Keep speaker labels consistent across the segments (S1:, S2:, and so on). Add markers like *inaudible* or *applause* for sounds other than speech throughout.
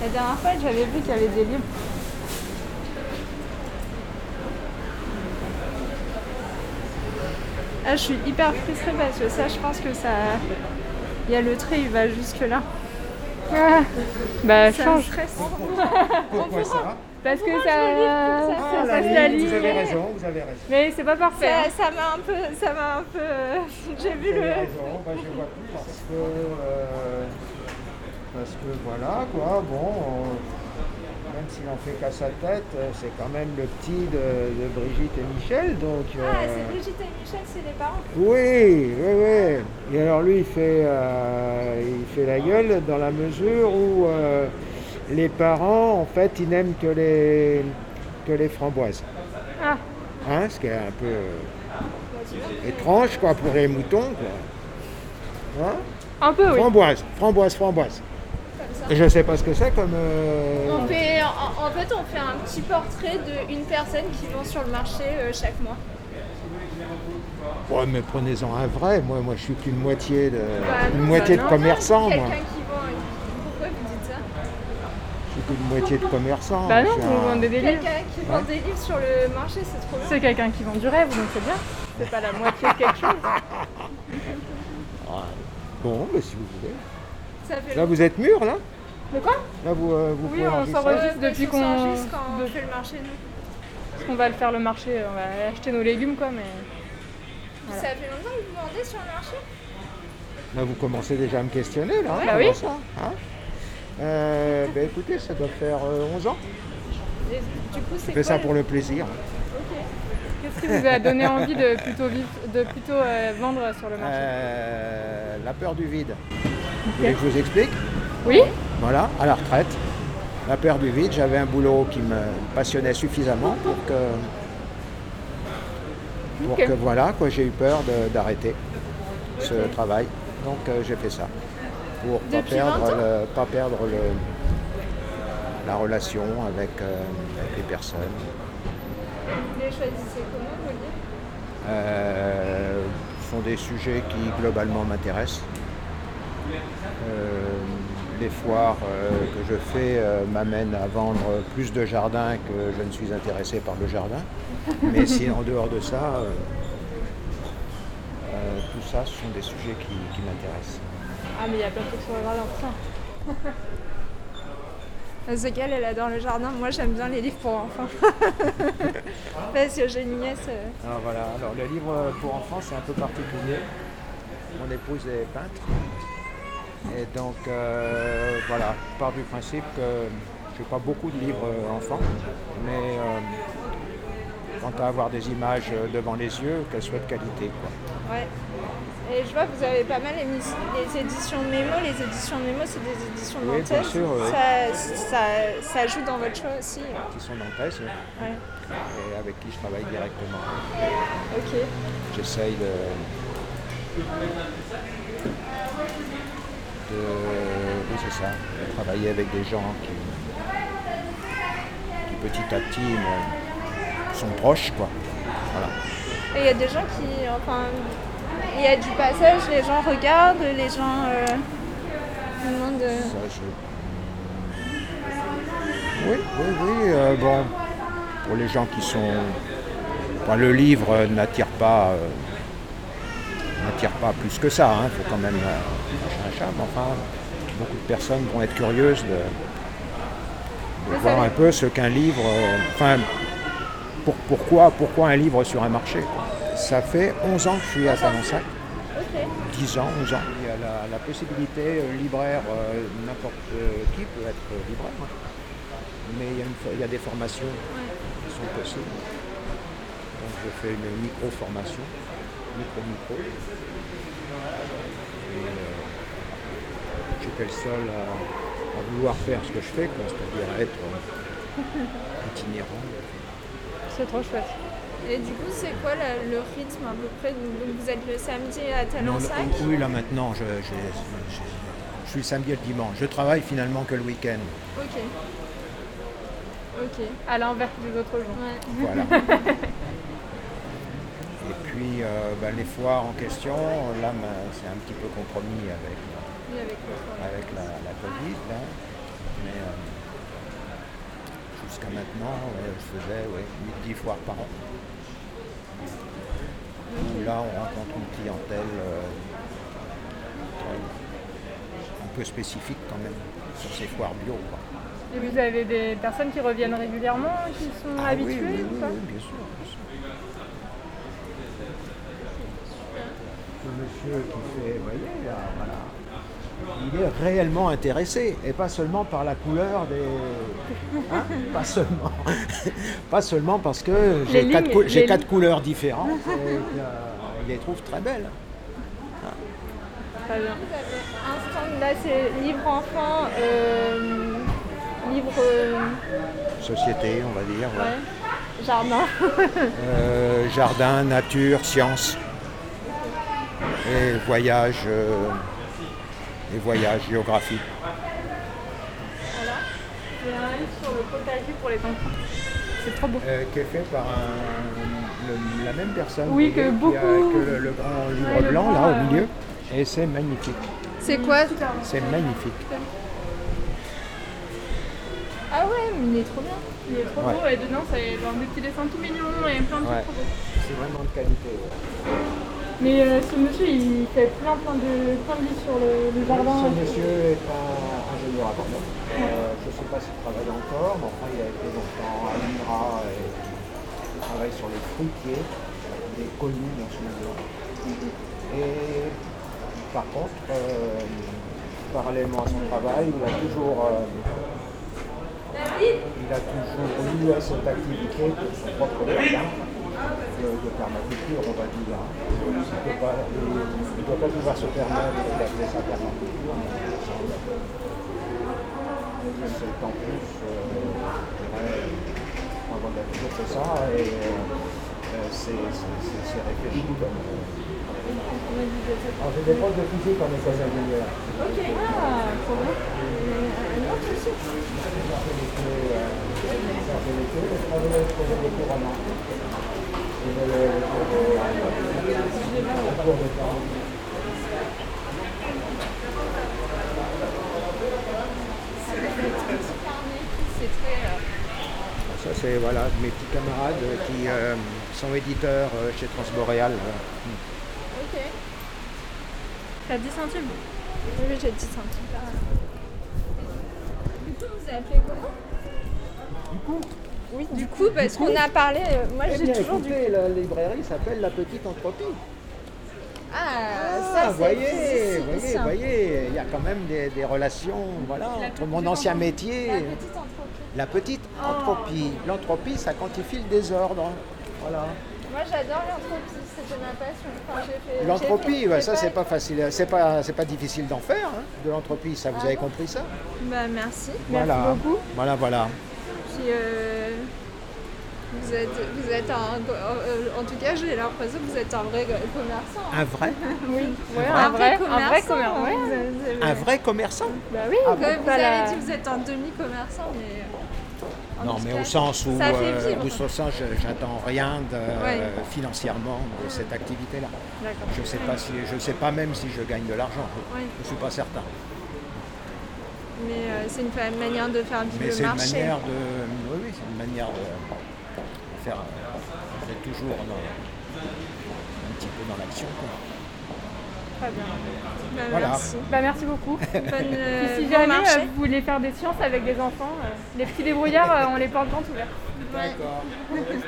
S1: La dernière fois, j'avais vu qu'il y avait des livres. Ah, je suis hyper frustrée parce que ça, je pense que ça. Il y a le trait, il va jusque là. Ah, bah,
S2: Ça me
S1: change.
S2: stresse.
S3: Pourquoi ça
S1: Parce que
S2: Pourquoi
S1: ça.
S2: je le lis comme ça
S1: ça
S3: Ah, la
S1: passe
S3: ligne,
S1: la
S3: Vous
S1: ligne.
S3: avez raison, vous avez raison.
S1: *laughs* Mais c'est pas parfait. hein.
S2: Ça ça m'a un peu. Ça m'a un peu. euh, J'ai vu
S3: Vous avez
S2: le.
S3: raison, bah, je vois plus parce que. euh, parce que voilà, quoi, bon. on- même s'il en fait qu'à sa tête, euh, c'est quand même le petit de, de Brigitte et Michel, donc.
S2: Ah,
S3: euh,
S2: c'est Brigitte et Michel, c'est les parents.
S3: Oui, oui, oui. Et alors lui, il fait, euh, il fait la gueule dans la mesure où euh, les parents, en fait, ils n'aiment que les, que les framboises.
S1: Ah.
S3: Hein, ce qui est un peu euh, étrange, quoi, pour les moutons, quoi. Hein
S1: Un peu, Ah oui.
S3: Framboise, framboise, framboise. Je ne sais pas ce que c'est comme... euh,
S2: On fait, en, en fait, on fait un petit portrait d'une personne qui vend sur le marché euh, chaque mois.
S3: Ouais, mais prenez-en un vrai. Moi, moi je suis qu'une moitié de,
S2: Bah,
S3: une
S2: non,
S3: moitié
S2: bah
S3: de
S2: non.
S3: commerçant, moi.
S2: Quelqu'un qui vend. euh, Pourquoi vous dites ça
S3: Je suis qu'une moitié de commerçant.
S1: Bah non,
S3: Je suis
S1: vous
S3: un-
S1: vendez des livres.
S2: Quelqu'un qui vend des livres sur le marché, c'est trop bien.
S1: C'est quelqu'un qui vend du rêve, donc c'est bien. C'est pas la moitié de quelque chose.
S3: Bon, Ah, mais si vous voulez.
S2: Ça fait
S3: Là, vous êtes mûr, là
S1: De quoi
S3: Là, vous, euh, vous
S1: Oui,
S3: pouvez
S1: on
S3: enregistrer.
S2: Ouais,
S1: s'enregistre
S2: parce
S1: depuis
S2: qu'on
S1: qu'on-
S2: s'enregistre quand on
S1: de-
S2: fait le marché, nous.
S1: Parce qu'on va le faire le marché, euh, on va acheter nos légumes quoi, mais.
S2: Ça fait longtemps que vous vendez sur le marché
S3: Là, vous commencez déjà à me questionner, là. hein,
S1: Bah oui.
S3: comment ça, hein Euh, bah, écoutez, ça doit faire euh, 11 ans.
S2: Et Du coup, c'est
S3: Je
S2: quoi
S3: fais ça
S2: les-
S3: pour le plaisir.
S1: Qu'est-ce qui vous a donné envie de plutôt vivre- de plutôt euh, vendre sur le marché
S3: Euh, la peur du vide. Vous voulez que je vous explique
S1: Oui
S3: Voilà, à la retraite. La peur du vide, j'avais un boulot qui me passionnait suffisamment pour que. Pour
S1: Ok.
S3: que voilà, quoi, j'ai eu peur de- d'arrêter ce travail. Donc euh, j'ai fait ça. Pour ne pas
S2: Depuis
S3: perdre,
S2: 20 ans
S3: le- pas perdre le- la relation avec, euh, avec les personnes.
S2: Vous les choisissez comment, vous le
S3: Euh, ce sont des sujets qui globalement m'intéressent. Euh, les foires euh, que je fais euh, m'amènent à vendre plus de jardins que je ne suis intéressé par le jardin. Mais si en dehors de ça, euh, euh, tout ça, ce sont des sujets qui, qui m'intéressent.
S1: Ah mais il y a plein de trucs sur le radar pour ça.
S2: *laughs* The Gal, Ah, elle adore le jardin. Moi, j'aime bien les livres pour enfants. *laughs* Parce que j'ai une nièce. euh,
S3: Alors Ah, voilà, alors le livre pour enfants c'est un peu particulier. Mon épouse est peintre. Et donc euh, voilà, je pars du principe que je n'ai pas beaucoup de livres euh, enfants, mais euh, quant à avoir des images euh, devant les yeux, qu'elles soient de qualité. quoi.
S2: Ouais. Et je vois que vous avez pas mal émis- les éditions Mémo. Les éditions Mémo, c'est des éditions
S3: Oui, bien
S2: nantais.
S3: sûr, ouais.
S2: ça, ça, ça joue dans votre choix aussi.
S3: Qui sont nantaises euh,
S2: Ouais.
S3: et avec qui je travaille directement.
S2: Ok.
S3: J'essaye de. de oui, c'est ça, de travailler avec des gens qui, qui petit à petit me- sont proches, quoi. Voilà.
S2: Et il y a des gens qui. Enfin. Il y a du passage, les gens regardent, les gens. euh, vous demandent. euh,
S3: Ça, je- Oui, oui, oui. euh, bon, pour les gens qui sont. enfin, le livre euh, n'attire pas. euh, n'attire pas plus que ça. Il faut quand même euh, lâcher un chat. Mais enfin, beaucoup de personnes vont être curieuses de, de voir un peu ce qu'un livre. euh, Enfin, pour- pourquoi, pourquoi un livre sur un marché quoi. Ça fait 11 ans que je suis à Talensac. 10 ans, 11 ans. Il y a la, la possibilité, euh, libraire, euh, n'importe euh, qui peut être euh, libraire, hein. mais il y, a une fo- il y a des formations qui sont possibles. Donc je fais une micro-formation, micro-micro. Et, euh, je suis pas le seul à, à vouloir faire ce que je fais, quoi, c'est-à-dire à être euh, itinérant.
S1: C'est trop chouette.
S2: Et du coup, c'est quoi la- le rythme à peu près Donc, vous êtes le samedi à
S3: Non, le-
S2: Talensac
S3: oui, là maintenant, je, je- je- je- je suis le samedi et le dimanche. Je travaille finalement que le week-end.
S2: Ok. Ok.
S1: À l'inverse des autres gens.
S2: Ouais.
S3: Voilà. Et puis euh, bah, les foires en question, euh, là ma- c'est un petit peu compromis avec,
S2: Oui, avec le soir.
S3: avec la, la Covid. là. hein. Mais euh, jusqu'à maintenant, ouais, je faisais ouais, 8-10 foires par an. Où là, on rencontre une clientèle euh, très- un peu spécifique quand même sur ces foires bio. quoi.
S1: Et vous avez des personnes qui reviennent régulièrement, qui sont
S3: Ah oui,
S1: habituées
S3: oui, oui,
S1: ou pas
S3: oui, bien sûr. bien sûr. Le monsieur qui fait, vous voyez, là, voilà, il est réellement intéressé, et pas seulement par la couleur des... *laughs* hein, pas seulement. pas seulement parce que j'ai
S1: Les
S3: quatre,
S1: lignes,
S3: cou- j'ai
S1: les
S3: quatre
S1: lignes.
S3: couleurs différentes, et euh, il les trouve très belles.
S1: Très bien.
S2: Vous avez un stand là, c'est livre enfant, euh, livre euh,
S3: Société, on va dire. ouais.
S2: ouais, jardin.
S3: Euh, jardin, nature, science et voyage, euh, et voyage géographique.
S1: J'ai un livre sur le potager pour les enfants. C'est trop beau.
S3: Euh, qui est fait par un- le- la même personne
S1: Oui,
S3: vous voyez,
S1: que
S3: qui a-
S1: beaucoup-
S3: que le, le grand livre
S1: Ouais, le
S3: blanc
S1: grand,
S3: là
S1: euh,
S3: au milieu et c'est magnifique
S2: C'est quoi
S3: c'est magnifique
S2: Ah ouais, mais il est trop bien.
S1: Il est trop
S3: Ouais.
S1: beau et dedans, c'est genre des petits dessins tout mignons et plein de
S3: Ouais.
S1: trucs trop beaux.
S3: c'est vraiment de qualité
S1: Mais euh, ce monsieur, il fait plein plein de plein de livres sur le, le jardin.
S3: ce monsieur est un ingénieur à Bordeaux Euh, je ne sais pas s'il travaille encore mais enfin il a été longtemps à l'INRA et il travaille sur les fruitiers des communes dans son endroit et par contre euh, parallèlement à son travail il a toujours euh, Il a toujours eu à cette activité de son propre jardin, de, de permaculture, on va dire. hein, Il ne peut pas, il- il doit pas pouvoir se permettre d'appeler sa permaculture, mais il s'en occupe. C'est en plus, euh, je dirais, euh, avant d'être sûr, c'est ça, et euh, euh, c'est- c'est c'est- c'est réfléchi comme. euh, Alors j'ai des profs de physique en école d'ingénieur. J'ai fait des cours, euh, j'ai fait des cours, j'ai travaillé j'ai fait des cours à Nantes. J'ai fait le- le cours de- le cours de Nantes.
S2: C'est très. euh,
S3: Ça, c'est voilà, mes petits camarades euh, qui euh, sont éditeurs euh, chez Transboréal. euh.
S2: ok.
S1: T'as 10 centimes
S2: Oui, j'ai 10 centimes. Du coup, vous appelez comment
S3: Du coup,
S2: Oui, du coup, parce qu'on a parlé. euh, Moi,
S3: eh
S2: j'ai
S3: bien,
S2: toujours du.
S3: écoutez, la librairie s'appelle La Petite Entropie.
S2: Ah,
S3: Ah,
S2: ça, c'est.
S3: voyez,
S2: c'est- c'est-
S3: voyez,
S2: c'est un-
S3: voyez, il y a quand même des, des relations voilà, entre mon ancien métier.
S2: La petite Oh. entreprise.
S3: La petite entropie. L'entropie, ça quantifie le désordre. Voilà.
S2: Moi, j'adore l'entreprise, c'était ma passion. Enfin, j'ai fait- j'ai fait-
S3: L'entropie, ouais,
S2: j'ai
S3: ça
S2: pas-
S3: c'est pas facile, euh, c'est pas, c'est pas difficile d'en faire, hein, de l'entropie, ça vous avez compris ça
S2: Bah, Ah merci.
S3: Voilà,
S1: beaucoup.
S3: voilà, voilà.
S2: Puis, euh, vous êtes, vous êtes un. euh, En tout cas, j'ai l'impression que vous êtes un vrai commerçant.
S3: Un vrai,
S1: Oui, ouais,
S3: Un
S1: un, vrai, un vrai
S2: commerçant,
S1: commerçant.
S2: hein.
S1: ouais.
S2: Vous avez- *laughs*
S3: un vrai commerçant
S1: Bah oui,
S3: Ah
S2: Comme vous
S1: pas la-
S2: avez dit, vous êtes un demi-commerçant, mais. euh, en
S3: Non,
S2: tout
S3: mais
S2: cas,
S3: au sens où,
S2: ça fait
S3: euh,
S2: vivre.
S3: au sens, je- j'attends rien de, euh,
S2: Ouais.
S3: financièrement de cette activité-là.
S1: D'accord.
S3: Je sais pas si, je sais pas même si je gagne de l'argent.
S2: Ouais.
S3: Je suis pas certain.
S2: Mais euh, c'est une fa- manière de faire vivre
S3: Mais
S2: le
S3: c'est une
S2: marché.
S3: manière de, oui, oui, c'est une manière de de faire. euh, d'être toujours dans- un petit peu dans l'action. quoi.
S1: Très bien.
S2: Bah,
S3: Voilà.
S2: Merci.
S1: Bah merci beaucoup.
S2: Bonne, euh,
S1: Et si
S2: bon
S1: jamais
S2: marché.
S1: euh, vous voulez faire des sciences avec des enfants, euh, les petits débrouillards, euh, on les porte grand ouverts.
S3: D'accord.
S2: Merci.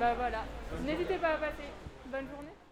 S1: Bah voilà. N'hésitez pas à passer. Bonne journée.